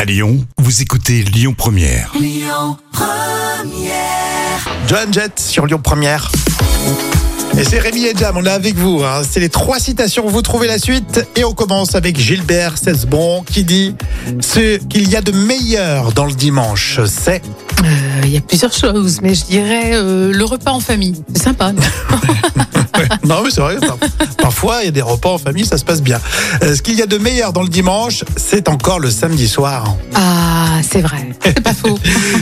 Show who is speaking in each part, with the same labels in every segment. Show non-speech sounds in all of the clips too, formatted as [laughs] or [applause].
Speaker 1: À Lyon, vous écoutez Lyon Première.
Speaker 2: Joan Jett sur Lyon Première. Et c'est Rémi et Jam, on est avec vous. hein. C'est les trois citations, vous trouvez la suite. Et on commence avec Gilbert Cesbon qui dit Ce qu'il y a de meilleur dans le dimanche, c'est.
Speaker 3: Euh, Il y a plusieurs choses, mais je dirais euh, le repas en famille. C'est sympa. non
Speaker 2: non, mais c'est vrai. par- Parfois, il y a des repas en famille, ça se passe bien. Euh, ce qu'il y a de meilleur dans le dimanche, c'est encore le samedi soir.
Speaker 3: ah, c'est vrai. C'est pas faux.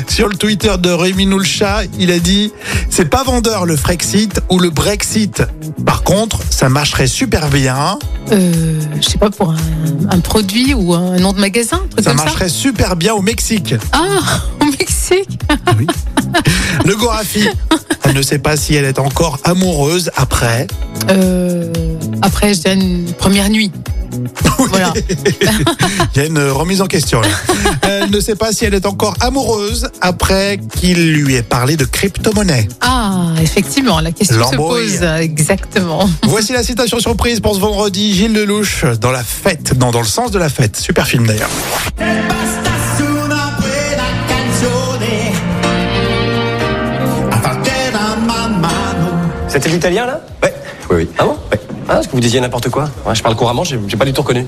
Speaker 2: Sur le Twitter de Rémi Noulcha, il a dit C'est pas vendeur le Frexit ou le Brexit. Par contre, ça marcherait super bien.
Speaker 3: Euh, je sais pas, pour un, un produit ou un nom de magasin, un truc
Speaker 2: Ça
Speaker 3: comme
Speaker 2: marcherait super bien au Mexique.
Speaker 3: ça. Ah, [laughs] au Mexique.
Speaker 2: Le Gorafi, elle ne sait pas si elle est encore amoureuse après.
Speaker 3: Euh, après, je dirais une première nuit. Voilà.
Speaker 2: Il y a une remise en question. là. Elle ne sait pas si elle est encore amoureuse après qu'il lui ait parlé de crypto-monnaie.
Speaker 3: Ah, effectivement, la question se
Speaker 2: L'embrouille.
Speaker 3: pose. euh, Exactement.
Speaker 2: Voici la citation surprise pour ce vendredi. Gilles Lelouch, dans la fête, non, dans le sens de la fête. Super film d'ailleurs.
Speaker 4: Basta una buona canzone a partire da man mano.
Speaker 5: C'était l'italien là Ouais. Oui, oui. Ah bon Ouais. Ah, parce que vous disiez n'importe quoi. Ouais, je parle couramment, j'ai j'ai pas du tout reconnu.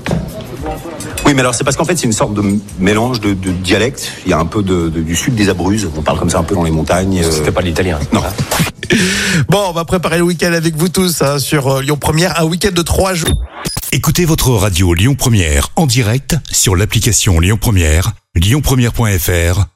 Speaker 6: Oui, mais alors c'est parce qu'en fait c'est une sorte de m- mélange de, de dialectes. Il y a un peu de, de- du sud des Abruzzes. On parle comme ça un peu dans les montagnes. euh,
Speaker 5: C'était pas de l'italien.
Speaker 6: Non.
Speaker 2: Bon, on va préparer le week-end avec vous tous hein, sur euh, Lyon Première. Un week-end de trois jours.
Speaker 1: Écoutez votre radio Lyon Première en direct sur l'application Lyon Première, lyonpremière.fr